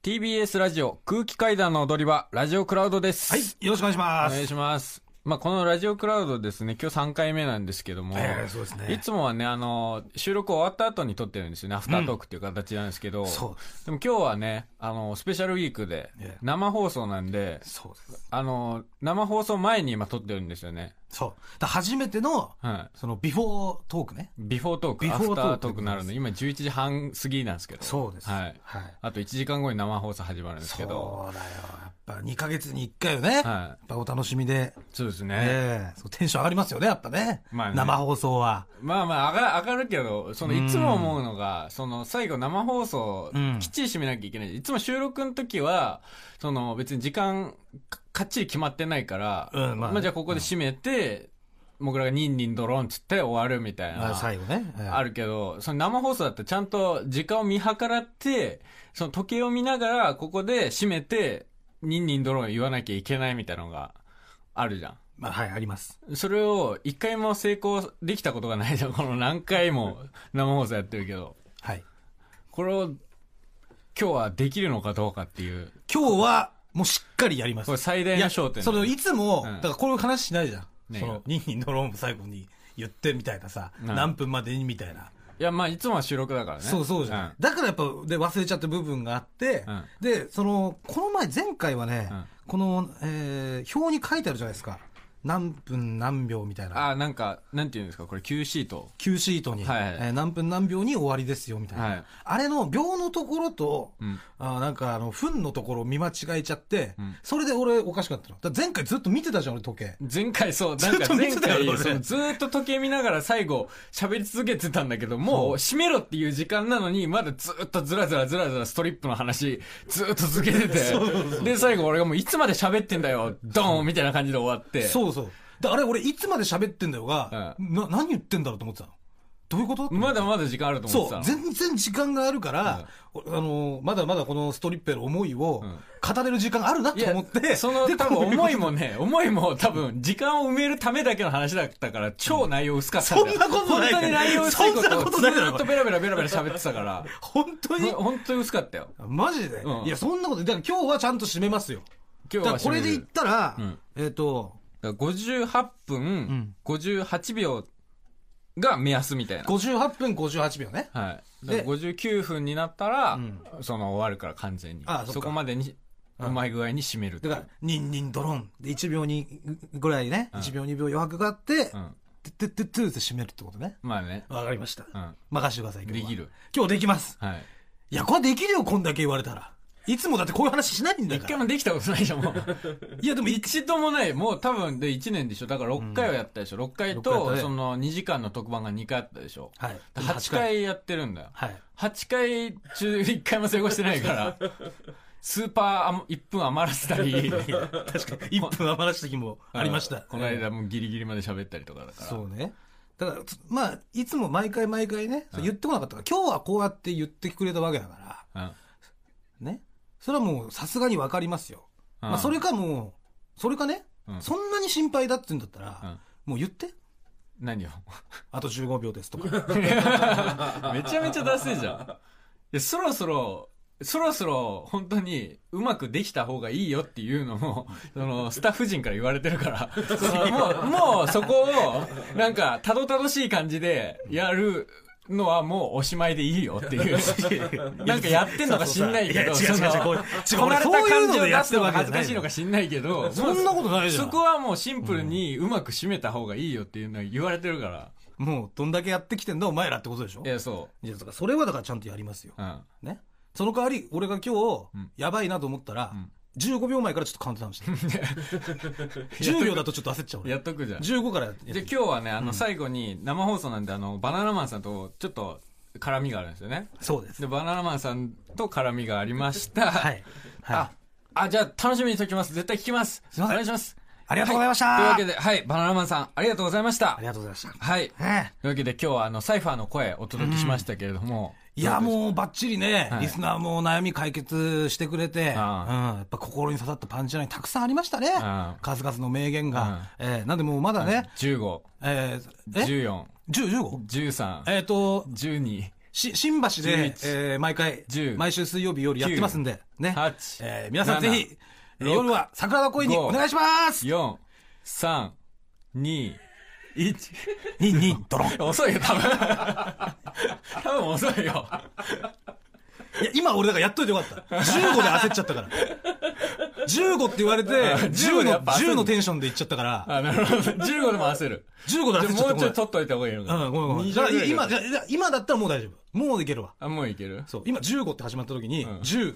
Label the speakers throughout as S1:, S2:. S1: TBS ラジオ空気階段の踊り場、ラジオクラウドです。
S2: はい、よろしくお願いし
S1: お
S2: ます。
S1: 願いします。まあ、このラジオクラウドですね、今日3回目なんですけども、
S2: ええそうですね
S1: いつもはね、あの、収録終わった後に撮ってるんですよね、アフタートークっていう形なんですけど、
S2: そう
S1: でも今日はね、あの、スペシャルウィークで
S2: ええ、
S1: 生放送なんで、
S2: そうです。
S1: あの、生放送前に今撮ってるんですよね。
S2: そう。だから初めての、
S1: はい。
S2: その、ビフォートークね。
S1: ビフォートーク、
S2: ビフ
S1: ア
S2: ォートー
S1: フ
S2: ク
S1: タートークになるの、今11時半過ぎなんですけど。
S2: そうです。
S1: はい。
S2: はい。
S1: あと1時間後に生放送始まるんです
S2: そ
S1: け
S2: うだ
S1: ど。
S2: よ。やっぱ2ヶ月に1回よ
S1: は
S2: ね。
S1: い
S2: やっぱお楽しみで。
S1: そうですね。
S2: ええそうテンション上がりますよね、やっぱね。
S1: まあね
S2: 生放送は。
S1: まあまあ上が、上がるけど、その、
S2: うん
S1: いつも思うのが、その、最後生放送
S2: うん、
S1: きっちり締めなきゃいけない。いつも収録の時は、その、別に時間、かかっちり決まってないから、
S2: うんまあね
S1: じゃあここで締めて、僕らがニンニンドロンっつって終わるみたい
S2: まあ
S1: な。
S2: 最後ね。ええ
S1: あるけど、その生放送だったらちゃんと時間を見計らって、その時計を見ながら、ここで締めて、ニンニンドローン言わなきゃいけないみたいなのがあるじゃ
S2: まあはい、あります。
S1: ん。それを一回も成功できたことが ないじゃん。この何回も生放送やってるけど。
S2: はい。
S1: これを、今日はできるのかどうかっていう。
S2: 今日は、もうしっかりやります。
S1: これ最大の焦点
S2: いやその、いつも、
S1: うん
S2: だからこの話しないじゃん。
S1: ね
S2: その、ニンニンドローン最後に言ってみたいなさ、
S1: うん
S2: 何分までにみたいな。
S1: いや、まあ、いつもは収録だからね。
S2: そうそうじゃん、だからやっぱで忘れちゃった部分があって、
S1: うん
S2: でそのこの前前回はね、
S1: うん
S2: この、えー表に書いてあるじゃないですか何分何秒みたい
S1: うん
S2: な
S1: あ、なんか、なんていうんですか、これ Q シート。
S2: Q シートに、
S1: はいはい
S2: えー何分何秒に終わりですよみたいな、
S1: はい
S2: あれの秒のところと、
S1: うん。
S2: あーなんかあの分のところを見間違えちゃって、
S1: うん
S2: それで俺おかしかったのだから前回ずっと見てたじゃん俺時計
S1: 前回そう、なんか
S2: ずっと見
S1: 前
S2: てたよ
S1: 回、
S2: 俺
S1: そのずーっと時計見ながら最後喋り続けてたんだけど、もう閉めろっていう時間なのに、まだずーっとずらずらずらずらストリップの話、ずーっと続けて て、で、最後俺がもういつまで喋ってんだよ、ドーンみたいな感じで終わって、
S2: そうそうであれ俺いつまで喋ってんだよが、な何言ってんだろうと思ってたのどういうこと
S1: まだまだ時間あると思ってた
S2: そう、
S1: の。
S2: 全然時間があるから、おあのーまだまだこのストリップへの思いを語れる時間あるなと思って、
S1: その
S2: で
S1: 多分
S2: こう
S1: 思いもね、思いも多分時間を埋めるためだけの話だったから超内容薄かったんだよ。
S2: そんなことない
S1: 本当に内容薄いこ
S2: そんな
S1: と
S2: こ
S1: を
S2: と
S1: ず
S2: ないだろ
S1: ーっとベラベラベラベラ喋ってたから、
S2: 本当に、
S1: 本当に薄かったよ。
S2: マジで、
S1: うん
S2: いや、そんなこと、だから今日はちゃんと締めますよ。
S1: 今日
S2: だか
S1: は
S2: らこれで言ったら、
S1: うん
S2: えっ、と、
S1: だから58分、58秒が目安みたいな。
S2: 58分58秒ね。
S1: はい。
S2: で
S1: で、59分になったら、
S2: ん
S1: その終わるから完全に。
S2: あそっか
S1: そこまでに、
S2: うん
S1: うまい具合に締めるって
S2: だ
S1: いう
S2: から、ニンニンドロン。で、1秒にぐらいね、
S1: うん
S2: 1秒2秒余白があって、ト
S1: うん。
S2: ゥットゥットゥッって締めるってことね。
S1: まあね。
S2: わかりました。
S1: うん。
S2: 任してください、今日
S1: で
S2: は
S1: きる。
S2: 今日できます。
S1: はい。
S2: いや、これはできるよ、こんだけ言われたら。いつもだってこういう話しないんだ
S1: 一
S2: から。
S1: 回もできたことないじゃん、もう。
S2: いや、でもい
S1: 一度もない。もう多分、で、1年でしょ。だから6回はやったでしょ。6回
S2: 六回やった
S1: と、
S2: ね
S1: その2時間の特番が2回あったでしょ。
S2: はい。
S1: 8。回やってるんだよ。
S2: はい。
S1: 8回中1回も成功してない から、スーパー1分余らせたり、
S2: 確かに、1分余らした時も ありました。
S1: この間もうギリギリまで喋ったりとかだから。
S2: そうね。だから、つまあ、いつも毎回毎回ね、そう言ってこなかったから、今日はこうやって言ってくれたわけだか
S1: うん。
S2: ら、ね。それはもう、さすがにわかりますよ。まあ、それかもう、それかね、
S1: うん
S2: そんなに心配だって言うんだった
S1: う
S2: ら
S1: ん、
S2: もう言って。
S1: 何を
S2: あと15秒ですとか。
S1: めちゃめちゃダセえじゃん。いや、そろそろ、そろそろ本当にうまくできた方がいいよっていうの も、そのスタッフ陣から言われてるから、そのもう、もうそこを、なんか、たどたどしい感じでやる、のはもうおしまいでいいよって いう。 なんかやってんのか知んないけど、
S2: いや違う違う
S1: その
S2: 違うこう違 う
S1: こなれた
S2: 俺そういう
S1: 感
S2: の
S1: じを
S2: でや
S1: 出
S2: っ
S1: す
S2: てる
S1: の
S2: わ
S1: が
S2: けじ
S1: 恥
S2: ゃ
S1: ずかし
S2: ない
S1: いのか知んないけど、
S2: そんなことないじゃ
S1: そ
S2: ん
S1: こ。はもうシンプルにうまく締めた方がいいよっていうのは言われてるから。
S2: もう、どんだけやってきてんだ、お前らってことでしょ
S1: いや、そ
S2: いや、だからそれはだからちゃんとやりますよ
S1: う。。うん。
S2: ね。その代わり、俺が今日
S1: うん、
S2: やばいなと思ったら
S1: ん、
S2: 15秒前からちょっとカウントダウンして。10秒 だとちょっと焦っちゃう俺。
S1: やっとくじゃん。じゃ
S2: 15からやって
S1: あ今日はね、あの、最後に生放送なんで、あの、バナナマンさんとちょっと絡みがあるんですよね。
S2: そうです。
S1: で、バナナマンさんと絡みがありました。
S2: は。い。は
S1: あ、あ、じゃあ楽しみにしときます。絶対聞きます。
S2: すいませ
S1: お
S2: ん
S1: 願いします。
S2: い。ありがとうございました。
S1: というわけで、はい、バナナマンさん、ありがとうございました
S2: あり。がとうございました。
S1: はい。
S2: ね
S1: というわけで、今日はあの、サイファーの声お届けしましたけれども。
S2: いや、
S1: う。
S2: もうばっちりね
S1: は、い
S2: リスナーも悩み解決してくれて、うん、
S1: あ
S2: やっぱ心に刺さったパンチラインたくさんありましたね
S1: あ。
S2: 数々の名言が。えーなんでもうまだね、
S1: 15、
S2: えーえ
S1: 14、
S2: 10、15?
S1: 13、
S2: えっと、
S1: 12、
S2: し新橋で、
S1: 11
S2: えー毎回
S1: 10、
S2: 毎週水曜日夜やってますんで、ね。
S1: 8
S2: えー皆さんぜひ、えー
S1: 6
S2: 夜は桜の恋にお願いします
S1: 4、3、2、1。
S2: に、に、ドロン。い
S1: 遅いよ、多分。 多分遅いよ。
S2: や、今俺だからやっといてよかった。15で焦っちゃったから。15って言われて、
S1: 15
S2: 10
S1: でや
S2: の、
S1: っぱ焦る
S2: 10のテンションで言っちゃったから、
S1: あ、なるほど。15でも焦る。
S2: 15で
S1: じゃ
S2: 焦っ
S1: あ
S2: ち
S1: もう
S2: ゃった
S1: ちょい
S2: ご
S1: 取っといた方がいいのか
S2: めん。うん、ごめんごめん。
S1: 20
S2: だから
S1: ぐらい
S2: 今、じゃあじゃあ今だったらもう大丈夫。もういけるわ。
S1: あ、もういける
S2: そう、今15って始まった時に、
S1: ん
S2: 19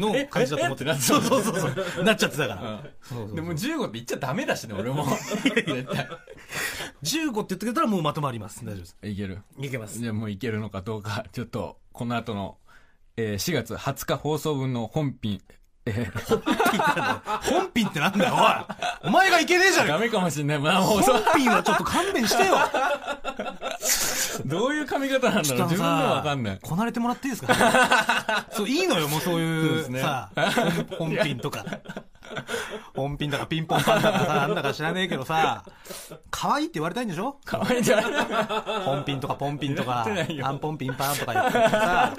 S2: の感じだと思って
S1: ええええええってなっちゃ
S2: そううそうそうそう。なっちゃってたから。そうそうそう
S1: でも15って言っちゃダメだしね、 俺も。絶対。
S2: 15って言ってくれたらもうまとまります。大丈夫です。
S1: いける。
S2: いけま。
S1: じゃあもういけるのかどうか、ちょっと、この後の、えー4月20日放送分の本品、えー
S2: 本品ってなんだよ、おいお前がいけねえじゃねえ
S1: ダ
S2: か
S1: メかもしんない。まあ、もうそう、
S2: 本品はちょっと勘弁してよ
S1: どういう髪型なんだ ろう。自分でもわかんない。
S2: こなれてもらっていいですか そう、いいのよ、もうそう
S1: そう
S2: い
S1: で
S2: う
S1: すね
S2: さ、本本品とか。本品だかピンポンパンだかさ、なんだか知らねえけどさ、可愛いって言われたいんでしょ
S1: 可愛いんじゃ ない
S2: 本品とかポンピンとか
S1: 言ってない、よ
S2: アンポンピンパンとか言ってさ、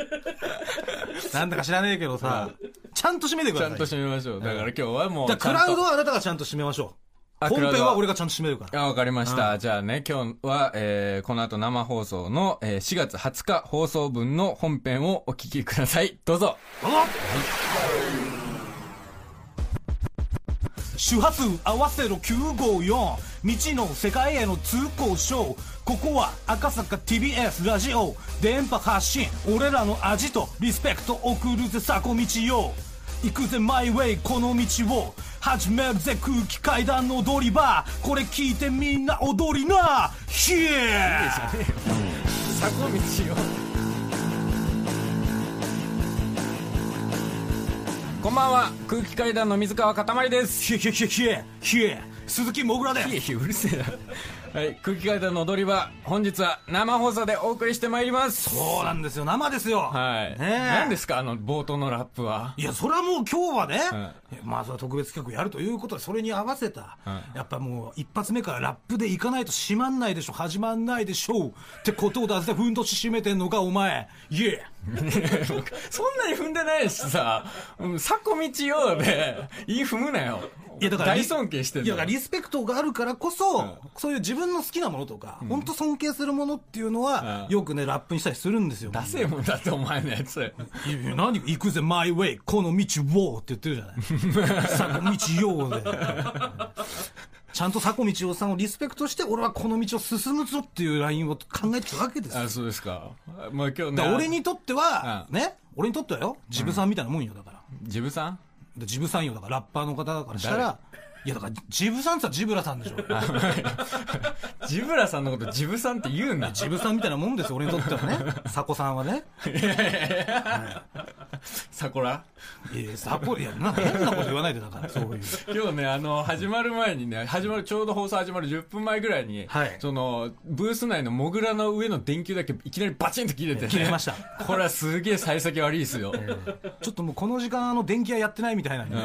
S2: なんだか知らねえけどさ、ちゃんと締めてく
S1: ち
S2: だ
S1: ゃ
S2: さい。
S1: んと締めましょう。だから今日はもうちゃ
S2: だ
S1: んと。
S2: からクラウドはあなたがちゃんと締めましょう。
S1: あ
S2: 本
S1: クラウドは
S2: 編は俺がちゃんと締めるから。
S1: あ、わかりました。じゃあね、今日は、えー、この後生放送の、えー、4月20日放送分の本編をお聞きください。どうぞ。
S2: 周波数合わせろ954未知の世界への通行証ここは赤坂 TBS ラジオ電波発信俺らの味とリスペクト送るぜ坂道よ行くぜマイウェイこの道を始めるぜ空気階段の踊り場これ聞いてみんな踊りな Here!
S1: 坂道を。こんばんは、空気階段の水川かたまりです。
S2: ヒエヒエヒエヒエヒエ鈴木もぐらで
S1: いえいえうるせえな。はい、空気階段の踊り場、本日は生放送でお送りしてまいります。
S2: そうなんですよ生ですよ
S1: はい。
S2: ねえ
S1: 何ですか、あの冒頭のラップは。
S2: いや、それはもう今日はね、まあ、それは特別企画やるということで、それに合わせた、やっぱもう一発目からラップでいかないと閉まんないでしょ、始まんないでしょう、ってことだぜ、ふんどし締めてんのか、お前。いえ。
S1: そんなに踏んでないしさ、うん、迫道ようで、いい踏むなよ。
S2: いや、だから。
S1: 大尊敬してん
S2: い
S1: だ
S2: や、
S1: よ
S2: だからリスペクトがあるからこそ、そういう自分の好きなものとか、本当尊敬するものっていうのは、
S1: うん
S2: よくね、ラップにしたりするんですよ。
S1: ダセえもんだってお前のやつ。
S2: いやいや何行くぜ、マイウェイ、この道をって言ってるじゃない。 坂道をで。ちゃんと坂道をさんをリスペクトして、俺はこの道を進むぞっていうラインを考えてきたわけですよ。
S1: あ、そうですか。まあ今日
S2: だ
S1: ね。
S2: から俺にとっては、
S1: うん
S2: ね、俺にとってはよ、ジブさんみたいなもんよ、だから。
S1: ジブさん
S2: でジブさんよ、だからラッパーの方だからしたら、いやだから、ジブさんってさ、ジブラさ んでしょ。
S1: ジブラさんのことジブさんって言うな。
S2: ジブさんみたいなもんですよ、俺にとってはね。サコさんはね。
S1: サコラ。
S2: いや、サコ、いや、なんか変なこと言わないで、だから、そういう。
S1: 今日ね、あの、始まる前にね、始まる、ちょうど放送始まる10分前ぐらいに、
S2: はい
S1: その、ブース内のモグラの上の電球だけいきなりバチンと切れてね。
S2: 切れました
S1: これはすげえ幸先悪いですよ。
S2: ちょっともうこの時間、あの電気屋やってないみたいなんで、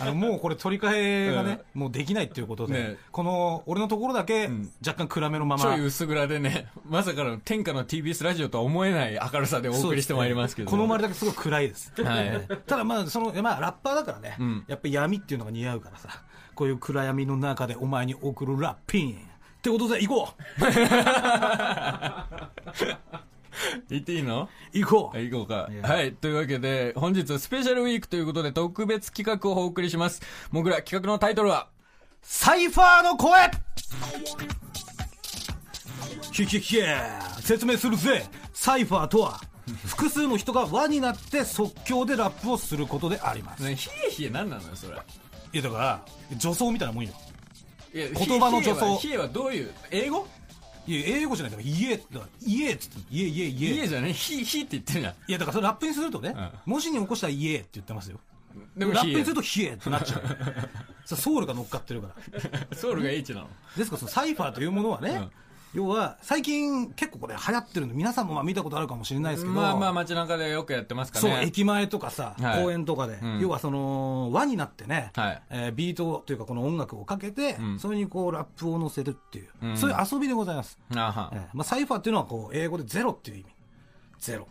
S2: あのもうこれ、取り替えがね、もうできないっていうことで、
S1: ね
S2: この俺のところだけ、若干暗めのまま、
S1: ちょい薄暗でね、 まさかの天下の TBS ラジオとは思えない明るさでお
S2: そう
S1: 送
S2: で
S1: り
S2: す
S1: してまいりますけど、
S2: この周りだけすごい暗いです、
S1: はい
S2: ただまあその、まあ、ラッパーだからね、やっぱり闇っていうのが似合うからさ、こういう暗闇の中でお前に送るラッピン。ってことで、行こう
S1: 言っていいの
S2: 行こう、
S1: はい、行こうか
S2: い。や
S1: はい。というわけで、本日はスペシャルウィークということで特別企画をお送りします。もぐら、企画のタイトルは
S2: サイファーの声ひひひ説明するぜサイファーとは複数の人が輪になって即興でラップをすることであります、
S1: ね、ひえひえ何なのよ、それ。
S2: いやだから女装みたいなもんよ
S1: いや
S2: 言葉の助走
S1: ひえひえはひえはどういう、英語
S2: いや英語じゃないだから家だから家っつって家家家
S1: ひえじゃねひ、ひって言ってるじゃん。
S2: いやだからそれラップにするとね、
S1: う
S2: 文字に起こしたら家って言ってますよ
S1: で
S2: ラ
S1: ひ
S2: ッ
S1: え
S2: プにすると冷えってなっ ちゃうさソウルが乗っかってるから
S1: ソウルが H なの。
S2: ですからそのサイファーというものはね、要は最近結構これ流行ってるんで皆さんもまあ見たことあるかもしれないですけど、
S1: まあまあ街中でよくやってますか
S2: そう、
S1: ね。
S2: 駅前とかさ、
S1: はい
S2: 公園とかで、
S1: ん
S2: 要はその輪になってね、
S1: はい
S2: えービートというか、この音楽をかけて、
S1: ん
S2: それにこうラップを乗せるっていう、
S1: ん
S2: そういう遊びでございます。
S1: あは
S2: えーまあ、サイファーっていうのはこう英語でゼロっていう意味。ゼロ。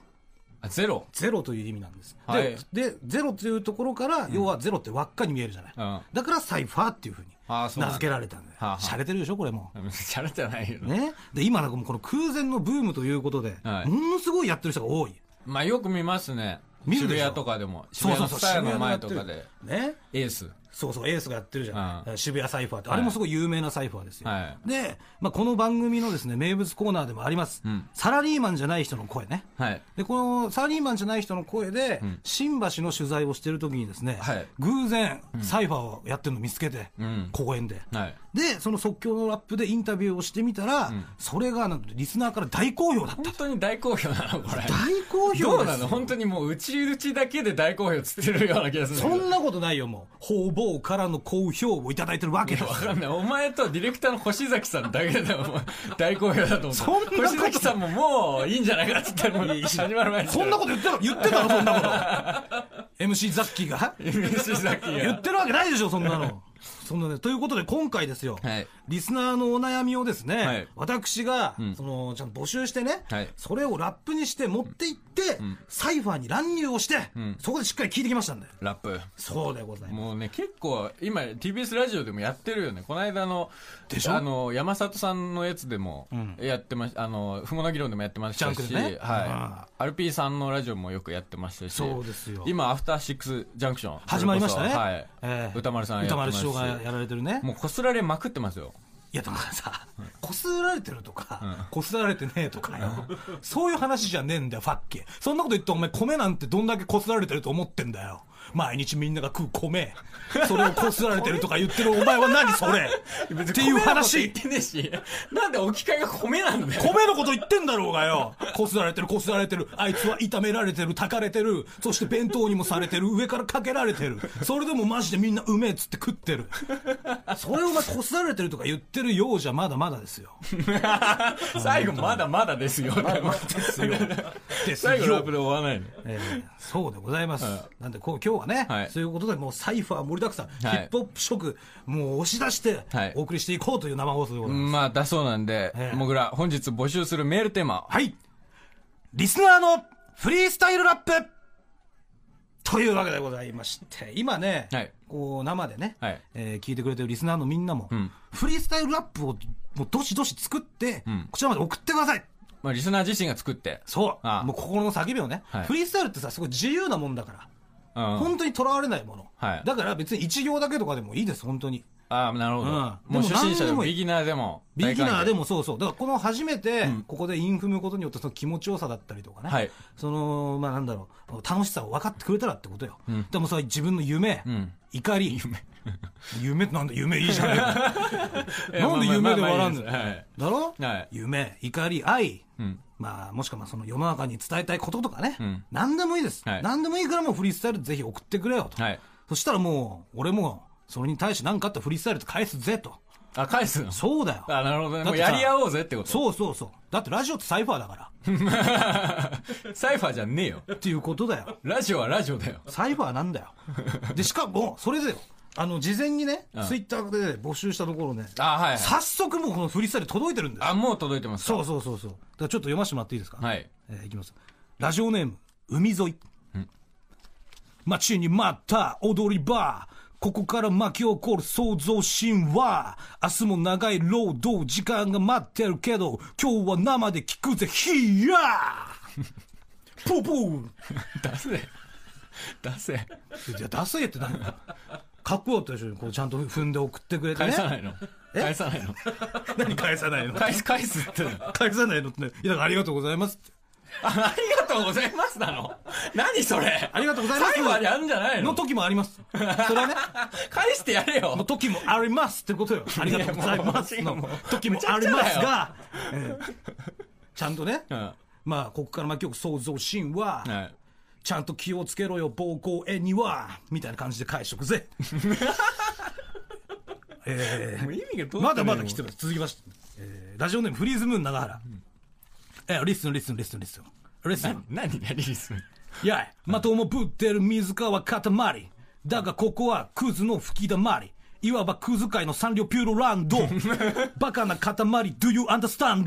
S1: あゼロ
S2: ゼロという意味なんです。
S1: はい
S2: でで、ゼロというところから、要はゼロって輪っかに見えるじゃない。
S1: うん
S2: だからサイファーっていうふうに
S1: あーそうなん
S2: 名
S1: だ
S2: 付けられたんで。
S1: はあはあ
S2: 洒落てるでしょ、これもう。
S1: シャレじゃないよね
S2: ね、で今なんかもうこの空前のブームということで、
S1: はい
S2: ものすごいやってる人が多い。
S1: まあよく見ますね
S2: 見るでしょ
S1: 渋谷とかでも渋谷のスタイルの前とか
S2: 渋谷
S1: で
S2: のやってるね。
S1: エース
S2: そうそう、エースがやってるじゃない。渋谷サイファーって、
S1: い
S2: あれもすごい有名なサイファーですよ。
S1: は
S2: で、まあ、この番組のですね、名物コーナーでもあります。
S1: うん
S2: サラリーマンじゃない人の声ね。
S1: はい
S2: で、このサラリーマンじゃない人の声で、
S1: ん
S2: 新橋の取材をしてる時にですね、
S1: はい
S2: 偶然、サイファーをやってるの見つけて、
S1: うん
S2: 公演で。
S1: はい
S2: で、その即興のラップでインタビューをしてみたら、それがなんとリスナーから大好評だった。
S1: 本当に大好評なのこれ
S2: 大好評ですよ
S1: どうなの本当にもううちうちだけで大好評つってるような気がする
S2: そ
S1: んだ
S2: んなことないよ、もう。方々からの好評をいただいてるわけ
S1: け
S2: で
S1: ど
S2: す
S1: いやわかんないお前とディレクターの星崎さんだけで も大好評だと思う
S2: そんなこと
S1: 星崎さんももういいんじゃないかって言ったらもう始まる前に
S2: そんなこと言ってた言ってたのそんな こと。MC ザッキーが
S1: 星崎
S2: 言
S1: が
S2: ってるわけないでしょ、そんなの。そんなね、ということで今回ですよ、
S1: はい
S2: リスナーのお悩みをですね、
S1: はい
S2: 私が、その、ちゃんと募集してね、
S1: はい
S2: それをラップにして持って行って、サイファーに乱入をして、そこでしっかり聞いてきましたんで。
S1: ラップ
S2: そうでございます。
S1: もうね、結構、今、TBS ラジオでもやってるよね。この間の、
S2: でしょ
S1: あの、山里さんのやつでも、やってましあの、不毛な議論でもやってましたし、
S2: ジャンクでね
S1: はい。アルピーさんのラジオもよくやってましたし、
S2: そうですよ
S1: 今、アフターシックスジャンクション。
S2: 始まりました
S1: それ
S2: ね。
S1: こそはい。
S2: ええ
S1: 歌丸さんやって
S2: 歌
S1: ま
S2: 丸
S1: す
S2: 師
S1: し
S2: 匠がやられてるね。
S1: もうこすられまくってますよ。
S2: いや、だからさ、こすられてるとか、こすられてねえとかよ。そういう話じゃねえんだよ、ファッケ。そんなこと言ってお前、米なんてどんだけこすられてると思ってんだよ。毎日みんなが食う米。それをこすられてるとか言ってるお前は何それっていう
S1: 米の
S2: 話
S1: こと。言ってねえし、なんで置き換えが米なん だよ。
S2: 米のこと言ってんだろうがよ。こすられてる、こすられてる。あいつは炒められてる、炊かれてる。そして弁当にもされてる。上からかけられてる。それでもマジでみんなうめえっつって食ってる。それをお前こすられてるとか言ってるようじゃまだまだですよ。
S1: 最後、まだまだですよ。
S2: ですよ。です
S1: 最後、ラッ
S2: よ
S1: プ。で終わらないの。
S2: えーそうでございます。なんで、こう、今日はね、
S1: はい
S2: そういうことで、もうサイファー盛りだくさん、
S1: はい
S2: ヒップホップ色、もう押し出して
S1: はい、
S2: お送りしていこうという生放送でございます。
S1: まあ、だそうなんで
S2: え、え
S1: もぐら、本日募集するメールテーマ、
S2: はい。リスナーのフリースタイルラップというわけでございまして、今ね、
S1: はい
S2: こう、生でね、
S1: はい
S2: えー聞いてくれてるリスナーのみんなも、
S1: ん
S2: フリースタイルラップを、もう、どしどし作って、
S1: ん
S2: こちらまで送ってください
S1: まあ、リスナー自身が作って。
S2: そう
S1: ああ
S2: もう心の叫びをね、
S1: はい
S2: フリースタイルってさ、すごい自由なもんだから。
S1: うん。
S2: 本当にとらわれないもの、
S1: はい
S2: だから別に一行だけとかでもいいです、本当に。
S1: ああ、なるほど。
S2: うん
S1: もう
S2: でも
S1: 初心者
S2: 何
S1: で
S2: で
S1: も、
S2: もいい
S1: ビギナーでも。
S2: ビギナーで
S1: も。
S2: もそうそう、だからこの初めて、ここでインフムことによって、その気持ちよさだったりとかね、
S1: はい
S2: そのまあ、なんだろう、楽しさを分かってくれたらってことよ、でもさ、自分の夢、怒り、夢ってなんだ、夢いい じゃない
S1: いや
S2: なんで
S1: まあ
S2: 夢
S1: ま
S2: で
S1: あまあ
S2: 笑う
S1: いい
S2: ん
S1: です
S2: だよ、
S1: はい
S2: だろ、
S1: はい
S2: 夢、怒り、愛、
S1: ん
S2: まあ、もしくはまあその世の中に伝えたいこととかね、
S1: ん
S2: 何でもいいです、
S1: はい
S2: 何でもいいから、もうフリースタイルぜひ送ってくれよと。
S1: はい。
S2: そしたらもう、俺も、それに対して何かあったらフリースタイルって返すぜと。
S1: あ、返すの
S2: そうだよ。
S1: あ、なるほどね。
S2: だ
S1: も
S2: っ
S1: う
S2: てさ
S1: やり合おうぜってこと。
S2: そうそうそう。だってラジオってサイファーだから。
S1: サイファーじゃねえよ。
S2: っていうことだ よ。
S1: ラジオはラジオだよ。
S2: サイファーなんだよ。で、しかも、それでよ。あの、事前にね
S1: うん、
S2: ツイッターで募集したところね、
S1: あ、はい。
S2: 早速もうこのフリースタイル届いてるんです
S1: あ、もう届いてますか
S2: そうそうそうそう。だからちょっと読ませてもらっていいですか
S1: はい。
S2: えーいきます。ラジオネーム、海沿い。街に待った踊り場。ここから巻き起こる創造神話。明日も長い労働時間が待ってるけど、今日は生で聞くぜ、ヒヤ ーポポ
S1: 出せ。出せ。
S2: ーいや、出せって何だかっこよかったでしょこうちゃんと踏んで送ってくれて
S1: 返
S2: ね。
S1: さないの。返さないの。
S2: 何返さないの
S1: 返す、返すって。あ
S2: 返さないのってね。いや、だからありがとうございますって。
S1: ありがとうございますなの。何それ。
S2: ありがとうございます
S1: サイファーであるんじゃない
S2: の
S1: の
S2: 時もあります。それはね。
S1: 返してやれよ
S2: の。時もありますってことよ。ありがとうございますの時もありますが、ええちゃんとね、
S1: うん。
S2: まあ、ここからまあ今日創造神は、
S1: はい。
S2: ちゃんと気をつけろよ、暴行絵には、みたいな感じで返しとく ぜ。ええ
S1: もう意味がどう
S2: まだまだ来てます。続きまして、ええラジオネームフリーズムーン長原。ええリスン、リスン、リスン、リスン。リスン。
S1: 何何リスム
S2: いやい、まともぶってる水川かたまり。だがここはクズの吹き溜まり。いわばクズ界のサンリオピューロランドバカな塊 Do you understand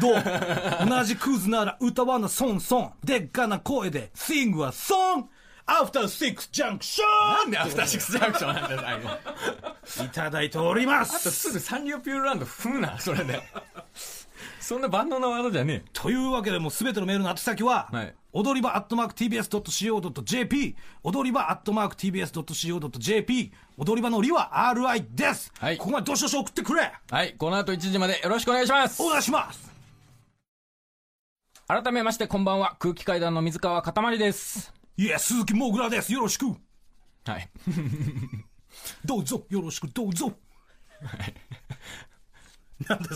S2: 同じクズなら歌わなソンソンでっかな声で Sing a song After Six Junction
S1: なんでアフターシックスジャンクションなんだよ、最後。
S2: いただいております
S1: すぐサンリオピューロランド踏むな、それで。 そんな万能なワードじゃね
S2: というわけでもう全てのメールの宛先は、
S1: はい
S2: 踊り場アットマーク TBS.CO.JP 踊り場アットマーク TBS.CO.JP 踊り場のりは RI です、
S1: はい
S2: ここまでどしどし送ってくれ
S1: え。はい、この後1時までよろしくお願いします
S2: お願いします
S1: 改めましてこんばんは、空気階段の水川かたまりです。
S2: いや鈴木もぐらですよろしく
S1: はい。
S2: どうぞよろしくどうぞ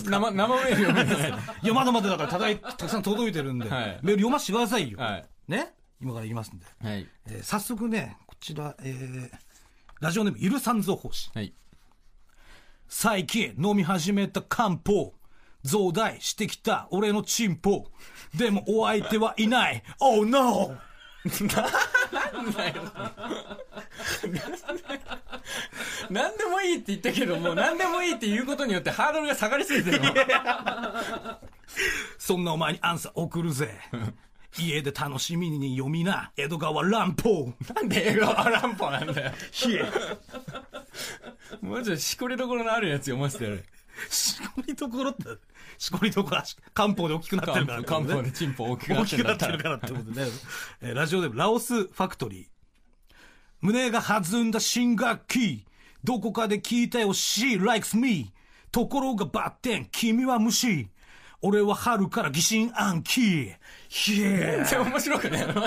S1: 生、生メール読みます。
S2: いやまだまだだからただい たくさん届いてるんで、
S1: はい
S2: メール読ませてくださいよ、
S1: はい
S2: ね今から言いますんで、
S1: はい。
S2: えー早速ねこちら、えーラジオネームゆるさんぞ法師
S1: はい。
S2: 最近飲み始めた漢方。増大してきた俺のチンポ。でもお相手はいない。Oh no!
S1: 何でもいいって言ったけど、もう何でもいいって言うことによってハードルが下がりすぎてるの。
S2: そんなお前にアンサー送るぜ。家で楽しみに読みな。江戸川乱歩。
S1: なんで映画はランポなんだよ。もうちょっとしこりどころのあるやつ読ませてやる。
S2: しこりどころって、しこりどころは漢方で大きくなって
S1: 漢
S2: るか
S1: 方
S2: らってこと
S1: 漢方
S2: ね
S1: でチンポ大きくな
S2: 大
S1: って
S2: き
S1: る
S2: く
S1: んだっ
S2: なったて
S1: ら
S2: るからってこと ね。えーラジオでラオスファクトリー。胸が弾んだ新学期。どこかで聞いたよ、She likes me。ところがバッテン、君は虫。俺は春から疑心暗鬼。Yeah
S1: 全然面白くねえの。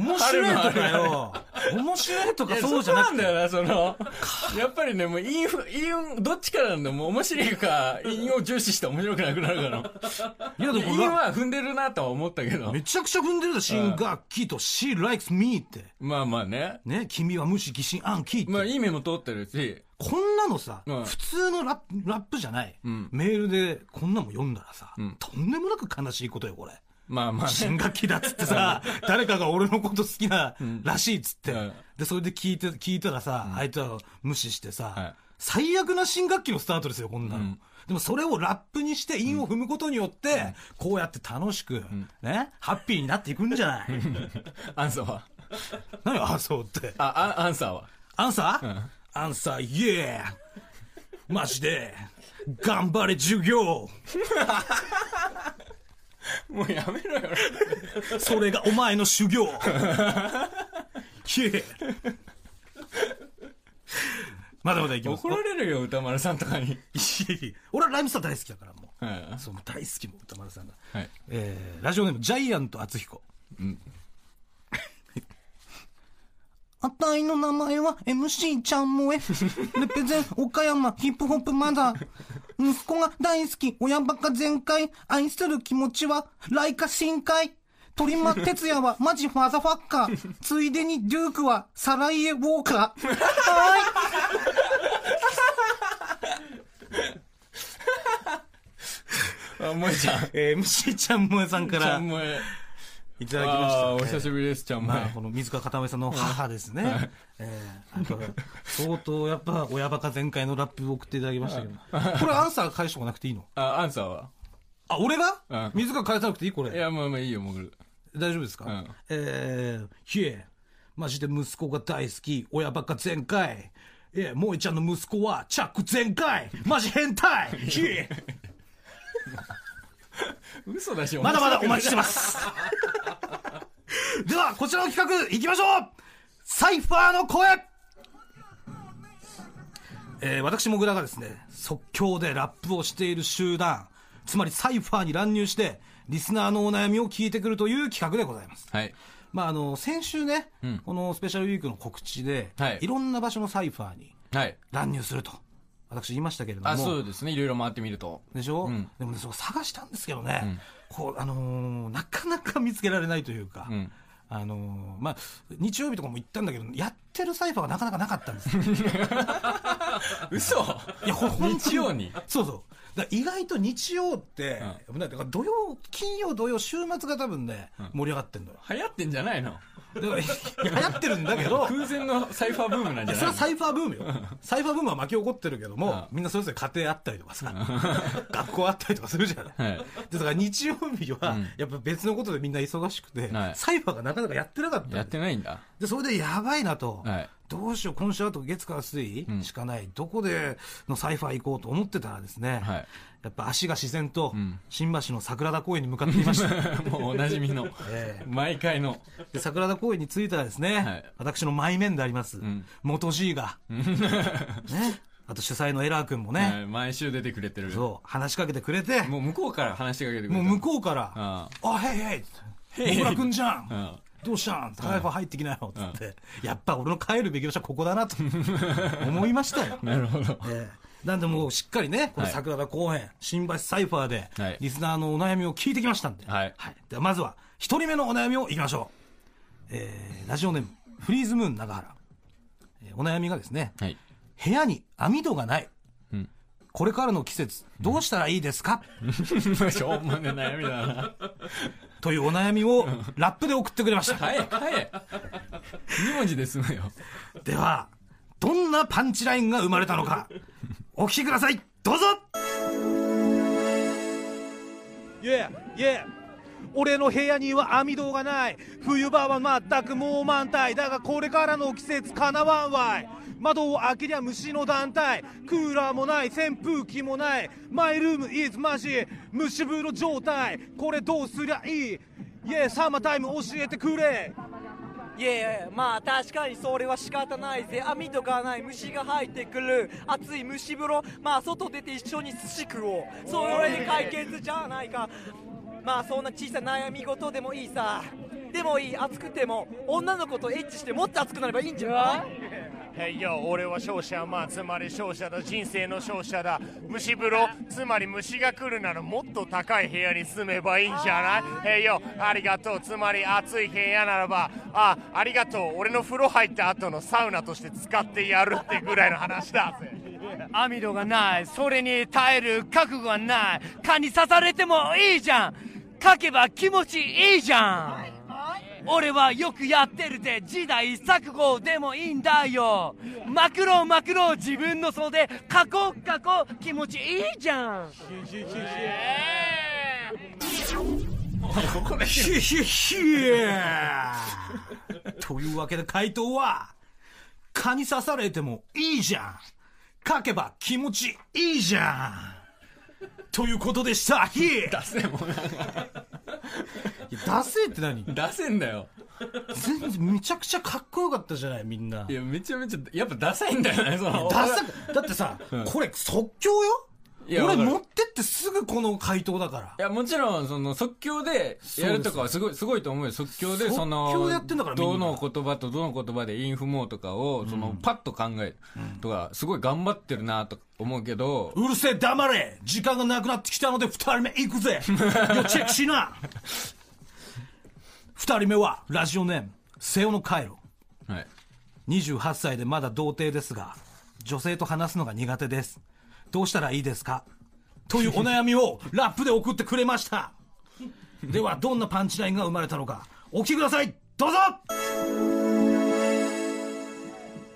S2: 面白いとかよ。面白いとかそうじゃなく
S1: い
S2: て。
S1: やそこなんだよな、その。やっぱりね、もうインフ、イン、どっちからなんだよもう面白いか、韻を重視して面白くなくなるから。
S2: いや、でもこれ
S1: 韻は踏んでるなとは思ったけど
S2: め。ちゃくちゃ踏んでるだ、新学期と She likes me って。
S1: まあまあね。
S2: ね、君は虫疑心暗鬼って。
S1: まあ、いい面も通ってるし、
S2: こんなのさ、
S1: うん
S2: 普通のラップラップじゃない、メールでこんなもん読んだらさ、
S1: ん
S2: とんでもなく悲しいことよ、これ。
S1: まあまあね。
S2: 新学期だっつってさ、誰かが俺のこと好きならしいっつって、
S1: うん
S2: で、それで聞いて、聞いたらさ、相手は無視してさ、
S1: はい
S2: 最悪な新学期のスタートですよ、こんなの。でもそれをラップにして韻を踏むことによって、こうやって楽しく、ね、ハッピーになっていくんじゃない
S1: アンサーは。
S2: 何よ、あ、そうって。
S1: あ、あアンサーは。
S2: アンサー、アンサー、イエーマジで、頑張れ授業
S1: もうやめろよ。
S2: それがお前の修行イエーまだまだいきます。
S1: 怒られるよ、歌丸さんとかに。
S2: いやいや俺はライムスター大好きだから、もう。
S1: はい
S2: そう、もう大好きもう歌丸さんが。
S1: はい。
S2: えーラジオネーム、ジャイアント厚彦。あたいの名前は MC ちゃんもえ。レペゼン岡山ヒップホップマザー。息子が大好き、親バカ全開。愛する気持ちは、来夏深海。鳥間哲也はマジファザファッカー。ついでにデュークはサライエウォーカー。は
S1: あ、萌えちゃん。
S2: ーい。えー、MC ちゃんもえさんか
S1: ちゃん萌え。
S2: いた
S1: ああー、お久しぶりです、ちゃん萌
S2: まあ、
S1: え
S2: こ。の水川かためさんの母ですね。えー、あと相当やっぱ親バカ全開のラップを送っていただきましたけど。これアンサー返してこなくていいの
S1: あ、アンサーは。
S2: あ、俺が
S1: うん
S2: 水川返さなくていいこ
S1: い
S2: れ。
S1: や、まあまあいいよ、もぐる。
S2: 大丈夫ですか、
S1: うん
S2: えー、ひえ、マジで息子が大好き、親バカ全開。え、萌えちゃんの息子はチャック全開マジ変態ひえ
S1: 嘘だし、
S2: まだまだお待ちしてます。 では、こちらの企画、行きましょうサイファーの声えー私、もぐらがですね、即興でラップをしている集団、つまりサイファーに乱入して、リスナーのお悩みを聞いてくるという企画でございます。
S1: はい。
S2: まあ、あの、先週ね、このスペシャルウィークの告知で、
S1: はい
S2: い、ろんな場所のサイファーに
S1: はい。
S2: 乱入すると、私言いましたけれども。
S1: あ、そうですね。いろいろ回ってみると。
S2: でしょ、でもね、そこ探したんですけどね、こう、あのーなかなか見つけられないというか、
S1: ん
S2: あのーまあ、日曜日とかも行ったんだけど、やってるサイファーが なかなかなかったんですよ。
S1: 嘘
S2: いや、ほんと
S1: 日曜に
S2: そうそう。だから意外と日曜って、だから土曜、金曜、土曜、週末が多分ね、盛り上がってんのよ。
S1: 流行ってんじゃないの
S2: だから、 流行ってるんだけど、
S1: 空前のサイファーブームなんじゃ
S2: それ
S1: ない
S2: は
S1: の
S2: サイファーブームよ。サイファーブームは巻き起こってるけども、
S1: うん
S2: みんなそれぞれ家庭あったりとかさ、 学校あったりとかするじゃない。
S1: はい
S2: でだから日曜日は
S1: うん、
S2: やっぱ別のことでみんな忙しくて、
S1: はい
S2: サイファーがなかなかやってなかったんだ
S1: や
S2: よ
S1: ってないんだ。
S2: で、それでやばいなと、
S1: はい
S2: どうしよう、今週あと月から水
S1: うん
S2: しかない、どこでのサイファー行こうと思ってたらですね、
S1: はい
S2: やっぱ足が自然と
S1: ん、
S2: 新橋の桜田公園に向かっていました。
S1: もうおなじみの
S2: ええ、
S1: 毎回の。
S2: で桜田公園に着いたらですね、
S1: はい
S2: 私の前面であります、
S1: ん
S2: 元 G が、ね、あと主催のエラー君もね、
S1: はい毎週出てくれてる。も
S2: そう、話しかけてくれて、も
S1: う向こうから話しかけてくれ
S2: う
S1: て。
S2: 向こうから、
S1: あ
S2: あ、へいへい、
S1: へい
S2: 小倉君じゃん、
S1: うん
S2: どうしたんサイファー入ってきなよ、つって、やっぱ俺の帰るべき場所はここだ なと思いましたよ。
S1: なるほど。
S2: ええなんでもうしっかりね、この桜田公園、新橋サイファーで
S1: はい、
S2: リスナーのお悩みを聞いてきましたんで。
S1: はい
S2: ではまずは、一人目のお悩みをいきましょう。えー、ラジオネーム、フリーズムーン長原。えーお悩みがですね、
S1: はい。
S2: 部屋に網戸がない。
S1: ん
S2: これからの季節、どうしたらいいですか、
S1: しょうもね悩みだな。
S2: というお悩みを、ラップで送ってくれました。
S1: はい、はい。二文字で済むよ。
S2: では、どんなパンチラインが生まれたのか、お聞きください。どうぞ
S3: Yeah, yeah 俺の部屋には網戸がない冬場は全くもう満体だがこれからの季節かなわんわい窓を開けりゃ虫の団体クーラーもない扇風機もないマイルームイズマジ虫風呂状態これどうすりゃいい Yeah サマータイム教えてくれ
S4: いやいやまあ確かにそれは仕方ないぜ網とかない虫が入ってくる熱い虫風呂まあ外出て一緒に寿司食おうそれで解決じゃないかまあそんな小さな悩み事でもいいさでもいい熱くても女の子とエッチしてもっと熱くなればいいんじゃない
S5: へいよ俺は勝者まあつまり勝者だ人生の勝者だ虫風呂つまり虫が来るならもっと高い部屋に住めばいいんじゃないへいよありがとうつまり暑い部屋ならばあありがとう俺の風呂入った後のサウナとして使ってやるってぐらいの話だぜ
S6: 網戸がないそれに耐える覚悟はない蚊に刺されてもいいじゃん書けば気持ちいいじゃん俺はよくやってるぜ時代錯誤でもいいんだよマクロマクロ自分の袖囲こう囲こう気持ちいいじゃん
S2: ひえひえひえというわけで回答は、蚊に刺されてもいいじゃん書けば気持ちいいじゃんということでしたひえ
S1: 出せ、もうなんか。
S2: いや出せって何
S1: 出せんだよ。。
S2: 全然めちゃくちゃかっこよかったじゃないみんない
S1: や、めちゃめちゃ、やっぱダサいんだよね、その。
S2: ダサくだってさ、これ即興よ
S1: いや
S2: 俺
S1: わかる
S2: 持ってってすぐこの回答だから
S1: い。や、もちろん、その、即興でやるとかはすごい、すごいと思うよ。即興で、その、
S2: 即興でやってんだからみん
S1: ど
S2: な
S1: の言葉とどの言葉でインフモーとかを、その、パッと考えるとか、すごい頑張ってるなと思うけど、
S2: うるせえ黙れ時間がなくなってきたので二人目行くぜよチェックしな二人目はラジオネーム瀬尾の回路
S1: はい。
S2: 28歳でまだ童貞ですが女性と話すのが苦手ですどうしたらいいですかというお悩みをラップで送ってくれましたではどんなパンチラインが生まれたのかお聞きくださいどうぞ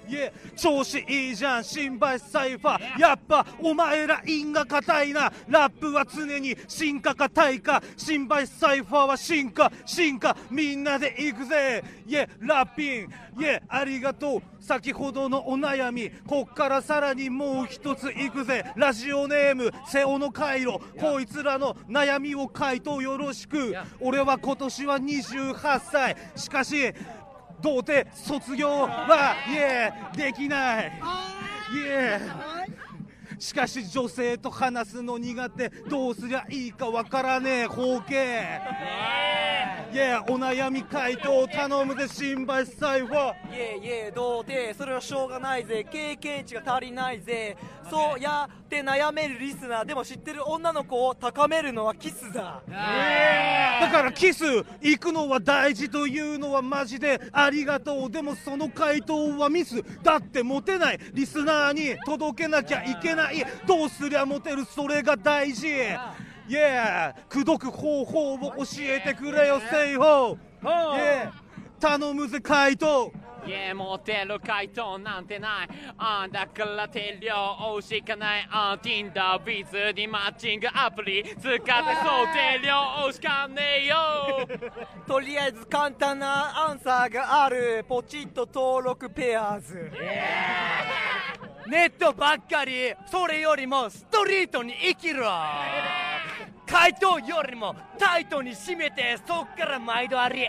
S3: Yeah 調子いいじゃん新橋サイファーやっぱお前ら因が硬いなラップは常に進化か退化新橋サイファーは進化進化みんなで行くぜ Yeah ラッピン Yeah ありがとう先ほどのお悩みこっからさらにもう一つ行くぜラジオネーム瀬尾の回路こいつらの悩みを回答よろしく俺は今年は28歳しかし童貞卒業は、いえ、できない。いえ。しかし女性と話すの苦手どうすりゃいいかわからねえ包茎いやお悩み回答を頼むぜ新橋サイファー
S4: いえいえどうでそれはしょうがないぜ経験値が足りないぜそうやって悩めるリスナーでも知ってる女の子を高めるのはキスだ
S3: だからキス行くのは大事というのはマジでありがとうでもその回答はミスだってモテないリスナーに届けなきゃいけないどうすりゃモテるそれが大事イエー口説く方法を教えてくれよセイホーイエー頼むぜ回答
S7: いやモテる回答なんてないあんだから手量をしかないあ Tinder ビズにマッチングアプリ使ってそう手量をしかねえよ
S4: とりあえず簡単なアンサーがあるポチッと登録ペアーズ
S6: ネットばっかりそれよりもストリートに生きろ回答よりもタイトに締めてそっから毎度あり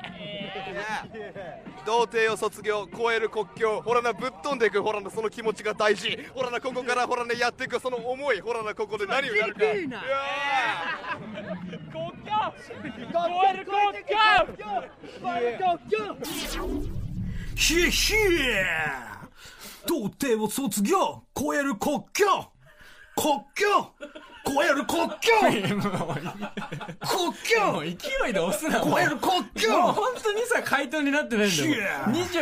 S8: 童貞を卒業超える国境ほらなぶっ飛んでいくほらなその気持ちが大事ほらなここからほらねやっていくその思いほらなここで何をやるかいや
S2: ひえひえ童貞を卒業超える国境国境超える国
S1: も
S2: 境国
S1: う
S2: 境
S1: 勢いで押すな。
S2: 超える国
S1: もう
S2: 境
S1: 本当にさ、回答になってないんだよ。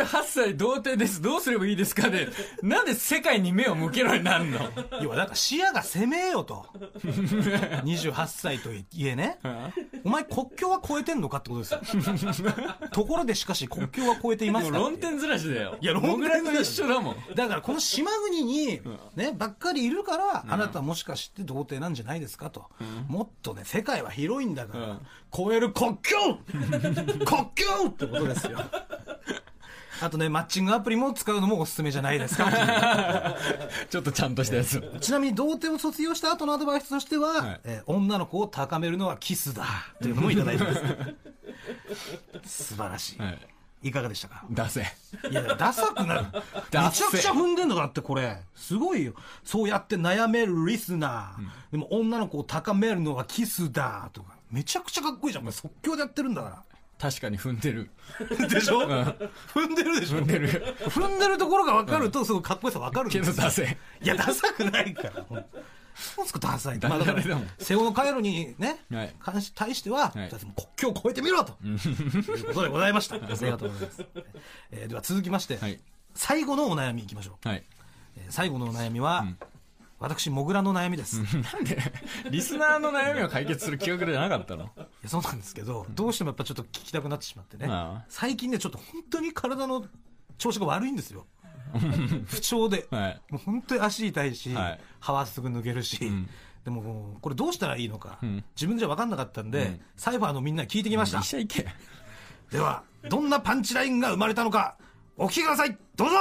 S1: 28歳童貞です。どうすればいいですかで、なんで世界に目を向けるようになるの
S2: 要はなんか視野が攻めよと28歳とはいえねお前国境は越えてんのかってことですよところでしかし国境は越えていま
S1: も
S2: す
S1: う
S2: か
S1: 論点ずらしだよ。
S2: いや論
S1: モ
S2: 点ず
S1: グ
S2: ら
S1: ラ
S2: し
S1: と一緒だもん。
S2: だからこの島国に、ね、ばっかりいるから、あなたもしかして童貞なんじゃないですかと。もっとね、世界は広いんだから、
S1: うん
S2: 超える国境国境ってことですよ。あとね、マッチングアプリも使うのもおすすめじゃないですか。
S1: ちょっとちゃんとしたやつ。
S2: ちなみに童貞を卒業した後のアドバイスとしては、
S1: はい
S2: えー女の子を高めるのはキスだ。というのもいただい てます。素晴らしい。
S1: はい。
S2: いかがでしたか
S1: 出せ。
S2: いや、ダサくなる。めち
S1: ダ
S2: ゃ
S1: ッセ
S2: くちゃ踏んでんのだって、これ。すごいよ。そうやって悩めるリスナー。でも、女の子を高めるのはキスだ。とか。めちゃくちゃかっこいいじゃん。これ即興でやってるんだか
S1: 確かに踏んでる。
S2: ら。でしょ踏んでるでしょ
S1: 踏んでる。
S2: 踏んでるところが分かると、すごいかっこよさ分かるん
S1: け
S2: で
S1: ど
S2: すよ
S1: 出せ。
S2: いや、ダサくないから。 ほんとそうすかダサい。まあだから
S1: ダジャレだもん、
S2: 瀬尾の回路にね
S1: はい、
S2: 関し対して
S1: は
S2: は、
S1: い
S2: じゃあもう国境を越えてみろ ということでございました。ありがとうございます。えーでは続きまして
S1: はい、
S2: 最後のお悩みいきましょう。
S1: はい。
S2: えー最後のお悩みは、私、モグラの悩みです。い
S1: なんで、リスナーの悩みを解決する記憶じゃなかったの
S2: やそうなんですけど、どうしてもやっぱちょっと聞きたくなってしまってね
S1: ああ、
S2: 最近ね、ちょっと本当に体の調子が悪いんです よ。不調で。
S1: はい。
S2: もう本当に足痛いし、
S1: はい
S2: 歯はすぐ抜けるし、でももうこれどうしたらいいのか、自分じゃ分かんなかったんで、サイファーのみんなに聞いてきました
S1: 医。者行け。
S2: では、どんなパンチラインが生まれたのか、お聞きくださいどうぞ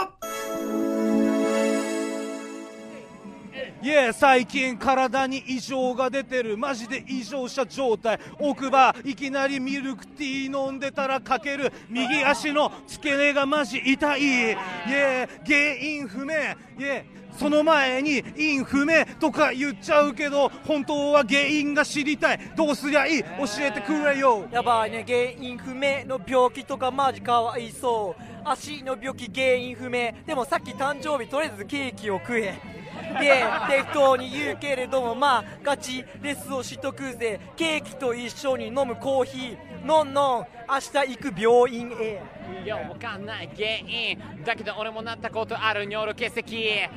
S3: いえ最近体に異常が出てるマジで異常者状態奥歯いきなりミルクティー飲んでたらかける右足の付け根がマジ痛いいえ原因不明いえその前に因不明とか言っちゃうけど本当は原因が知りたいどうすりゃいい教えてくれよ
S4: やばいね原因不明の病気とかマジかわいそう足の病気原因不明でもさっき誕生日とりあえずケーキを食えで適当に言うけれどもまあガチレスをしとくぜケーキと一緒に飲むコーヒーのんのん明日行く病院へ
S7: いやわかんない原因だけど俺もなったことある尿路結石いや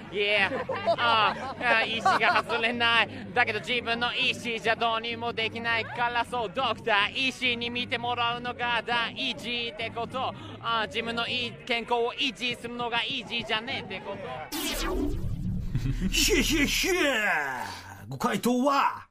S7: ああ意思が外れないだけど自分の意思じゃどうにもできないからそうドクター医師に見てもらうのが大事ってことああ自分のいい健康を維持するのが維持じゃねえってこと
S2: ひえひえひえご回答は、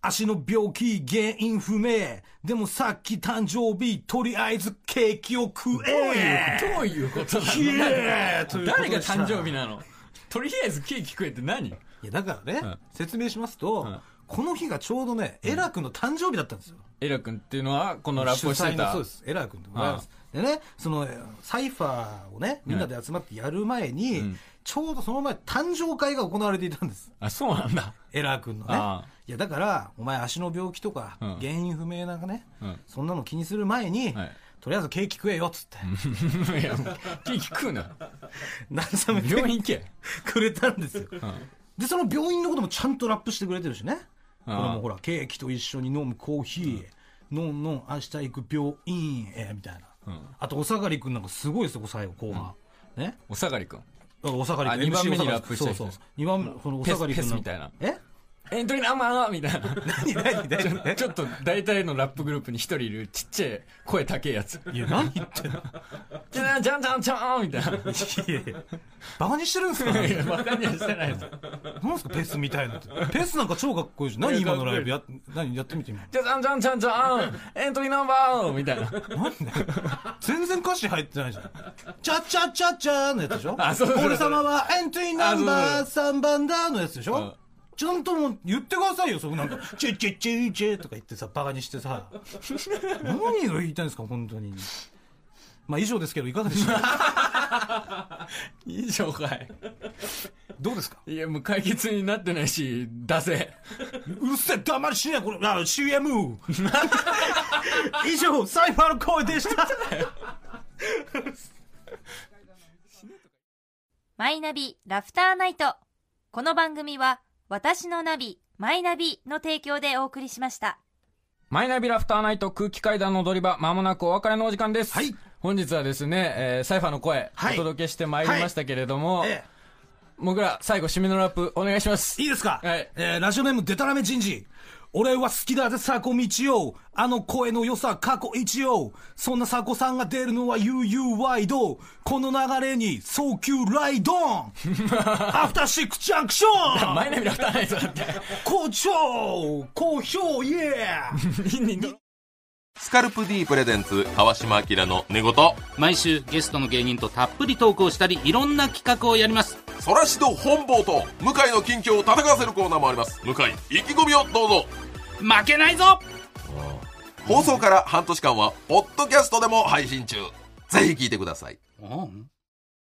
S2: 足の病気原因不明。でもさっき誕生日、とりあえずケーキを食え
S1: どういうことな
S2: ひえと
S1: の
S2: いうこと
S1: 誰
S2: で
S1: が
S2: した
S1: 誕生日なのとりあえずケーキ食えって何
S2: いや、だからね、
S1: うん
S2: 説明しますと、この日がちょうどね、エラ君の誕生日だったんですよ。
S1: エラ君っていうのは、このラップをし
S2: 主催
S1: て
S2: の
S1: た
S2: そう。ですエラー君でございますでねそのえーサイファーをねみんなで集まってやる前に、
S1: うん
S2: ちょうどその前誕生会が行われていたんです
S1: あ、そうなんだ。
S2: エラー君のね
S1: ああ
S2: いやだからお前足の病気とか、
S1: うん
S2: 原因不明なんかね、
S1: うん
S2: そんなの気にする前に、
S1: はい
S2: とりあえずケーキ食えよっつって、
S1: いや、もうケーキ食うな。
S2: 慰め
S1: 病
S2: て
S1: 院行け。
S2: くれたんですよ、でその病院のこともちゃんとラップしてくれてるしねこ
S1: あ
S2: れ
S1: あ
S2: もほらケーキと一緒に飲むコーヒー、のんのん明日行く病院へみたいな、
S1: うん
S2: あとおさがりくんなんかすごいですよ最後後半、ね
S1: お下がりくん。
S2: おさがり
S1: あ
S2: くん
S1: 二番目
S2: MC
S1: にラップした人
S2: そうそう二番目このお
S1: ペ
S2: さ
S1: ス
S2: がりくん
S1: ペス
S2: の
S1: みたいな
S2: え
S1: エントリーナンバーみたいな。
S2: 何何何
S1: ちょちょっと大体のラップグループに一人いるちっちゃい声高いやつ。
S2: いや何言ってんの
S1: じゃんじゃんじゃんじゃんみたいな。
S2: いやいや バカにしてるんですか
S1: い
S2: ね
S1: や、バカにはしてないです。
S2: 何ですかペスみたいなってペスなんか超かっこいいじゃん何今のライブや何やってみて今
S1: じゃじゃんじゃんじゃんじゃんエントリーナンバーみたいな。
S2: 何だよ全然歌詞入ってないじゃん。チャッチャッチャッチャーのやつでしょ
S1: あそうそうそう
S2: 俺様はエントリーナンバー
S1: あ
S2: 3番だのやつでし
S1: うん
S2: ょちゃんともう言ってくださいよ、そこ なんか、チェチェチェチェとか言ってさ、バカにしてさ。何が言いたいんですか、本当に。まあ以上ですけど、いかがでしょうか
S1: 以上かい。
S2: どうですか
S1: いや、もう解決になってないし、出せ。
S2: うっせえ、黙りしねえ、これ、あ、CM! 以上、サイファーの声でした。
S9: マイナビラフターナイト。この番組は私のナビマイナビの提供でお送りしました。
S1: マイナビラフターナイト空気階段の踊り場、まもなくお別れのお時間です。
S2: はい
S1: 本日はですね、えーサイファーの声、
S2: はい
S1: お届けしてまいりましたけれども、
S2: え
S1: 僕ら最後締めのラップお願いします。
S2: いいですか、
S1: はい
S2: えーラジオネームデタラメ人事。俺は好きだぜ、サコ道を。あの声の良さ、過去一を。そんなサコさんが出るのは UU ワイド。この流れに、早急ライド ンアフターシックスジャンクション
S1: マイナビラフターナイトだって。
S2: 好調好評イエー
S10: スカルプ D プレゼンツ川島明の寝言
S11: 毎週ゲストの芸人とたっぷりトークをしたりいろんな企画をやります
S10: そらしど本坊と向井の近況を戦わせるコーナーもあります向井意気込みをどうぞ
S11: 負けないぞ
S10: 放送から半年間はポッドキャストでも配信中ぜひ聞いてください
S11: うん